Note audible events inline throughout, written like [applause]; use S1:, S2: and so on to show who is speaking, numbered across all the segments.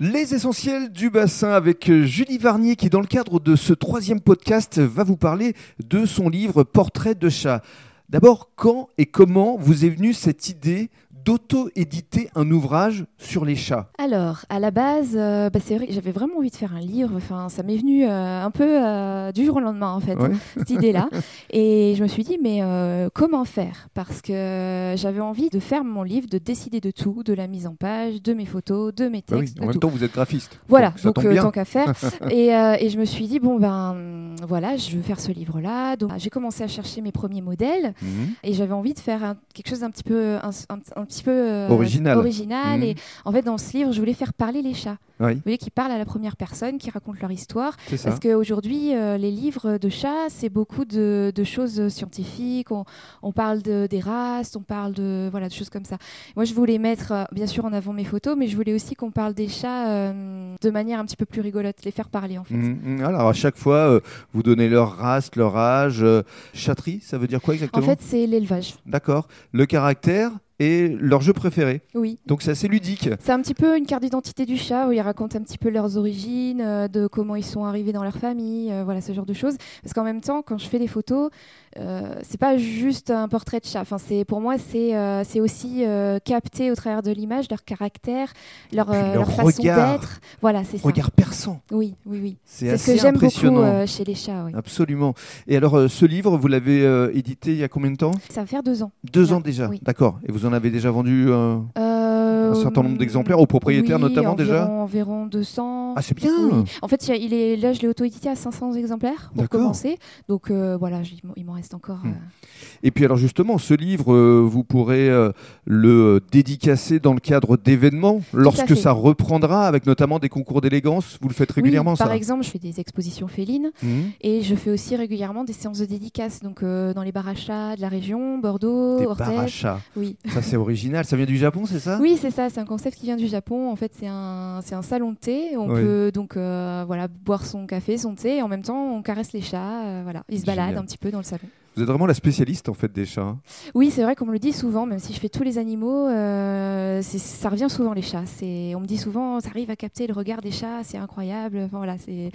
S1: Les essentiels du bassin avec euh, Julie Varnier qui, dans le cadre de ce troisième podcast, va vous parler de son livre Portrait de chat. D'abord, quand et comment vous est venue cette idée d'auto-éditer un ouvrage sur les chats
S2: Alors, à la base, euh, bah, c'est vrai que j'avais vraiment envie de faire un livre. Enfin, ça m'est venu euh, un peu euh, du jour au lendemain, en fait,
S1: Ouais. [laughs]
S2: cette idée-là. Et je me suis dit, mais euh, comment faire Parce que j'avais envie de faire mon livre, de décider de tout, de la mise en page, de mes photos, de mes
S1: Bah oui,
S2: textes,
S1: En
S2: de
S1: même
S2: tout.
S1: temps, vous êtes graphiste.
S2: Voilà,
S1: donc ça
S2: donc,
S1: tombe
S2: euh,
S1: bien.
S2: tant
S1: [laughs]
S2: qu'à faire. et, euh, et je me suis dit, bon, ben hum, voilà, je veux faire ce livre-là. Donc, j'ai commencé à chercher mes premiers modèles
S1: Mhm.
S2: et j'avais envie de faire un- quelque chose d'un petit peu, un, un- un petit peu euh,
S1: Original.
S2: original.
S1: Mhm.
S2: Et en fait, dans ce livre, je voulais faire parler les chats.
S1: Oui,
S2: Vous voyez, qui parlent à la première personne, qui racontent leur histoire.
S1: c'est ça.
S2: Parce qu'aujourd'hui, euh, les livres de chats, c'est beaucoup de, de choses scientifiques. On, on parle de- des races, on parle de, voilà, de choses comme ça. Moi, je voulais mettre, euh, bien sûr, en avant mes photos, mais je voulais aussi qu'on parle des chats euh, de manière un petit peu plus rigolote, les faire parler, en fait.
S1: Mhm. Alors, à chaque fois, euh, vous donnez leur race, leur âge. euh, chatterie, ça veut dire quoi
S2: En
S1: exactement
S2: fait, c'est l'élevage,
S1: D'accord. Le caractère et leur jeu préféré.
S2: oui.
S1: Donc, c'est assez ludique.
S2: C'est un petit peu une carte d'identité du chat où ils racontent un petit peu leurs origines, euh, de comment ils sont arrivés dans leur famille, euh, voilà ce genre de choses. Parce qu'en même temps, quand je fais des photos, euh, c'est pas juste un portrait de chat. Enfin, c'est pour moi, c'est euh, c'est aussi euh, capter au travers de l'image leur caractère, leur,
S1: Puis
S2: euh,
S1: leur
S2: leur façon
S1: regard.
S2: d'être. Voilà, c'est ça.
S1: Regard perçant.
S2: Oui, oui, oui.
S1: C'est
S2: C'est ce
S1: assez
S2: que j'aime
S1: impressionnant.
S2: beaucoup euh, chez les chats. oui.
S1: Absolument. Et alors, euh, ce livre, vous l'avez euh, édité il y a combien de temps
S2: Ça va faire deux ans.
S1: Deux
S2: Là,
S1: ans déjà.
S2: oui.
S1: D'accord. Et vous en avez déjà vendu euh,
S2: Euh,
S1: un certain nombre d'exemplaires aux propriétaires,
S2: oui,
S1: notamment déjà.
S2: environ- Environ 200.
S1: Ah, c'est bien.
S2: Oui. En fait, il y a- il est, là, je l'ai auto-édité à 500 exemplaires pour
S1: D'accord.
S2: commencer. Donc euh, voilà, je- il m'en- il m'en reste encore.
S1: Hmm.
S2: euh,
S1: Et puis alors justement, ce livre, euh, vous pourrez euh, le euh, dédicacer dans le cadre d'événements, lorsque
S2: fait.
S1: ça reprendra, avec notamment des concours d'élégance. Vous le faites régulièrement,
S2: oui,
S1: ça
S2: Par exemple, je fais des expositions félines
S1: Mhm.
S2: et je fais aussi régulièrement des séances de dédicaces donc euh, dans les bars à chats de la région, Bordeaux,
S1: Des Ah.
S2: Orthez.
S1: barachas.
S2: Oui,
S1: Ça,
S2: [laughs]
S1: c'est original. Ça vient du Japon, c'est ça
S2: oui c'est ça, c'est un concept qui vient du Japon. En fait, c'est un, c'est un salon de thé. On
S1: Oui.
S2: peut donc euh, voilà, boire son café, son thé et en même temps, on caresse les chats. euh, voilà. Ils se
S1: Génial.
S2: baladent un petit peu dans le salon.
S1: Vous êtes vraiment la spécialiste, en fait, des chats. hein.
S2: Oui, c'est vrai qu'on me le dit souvent, même si je fais tous les animaux, euh, c'est- ça revient souvent les chats. C'est- On me dit souvent, ça arrive à capter le regard des chats, c'est incroyable. Enfin, voilà, c'est-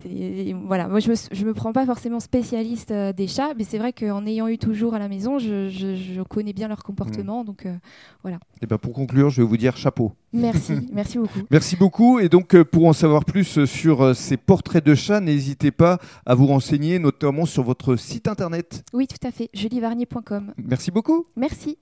S2: c'est- voilà. Moi, je me, je me prends pas forcément spécialiste euh, des chats, mais c'est vrai qu'en ayant eu toujours à la maison, je, je- je connais bien leur comportement. Donc, euh,
S1: Et ben, pour conclure, je vais vous dire chapeau.
S2: merci, merci beaucoup.
S1: Merci beaucoup. Et donc, euh, pour en savoir plus euh, sur euh, ces portraits de chats, n'hésitez pas à vous renseigner, notamment sur votre site internet.
S2: Oui, tout à fait, julievarnier.com.
S1: Merci beaucoup.
S2: Merci.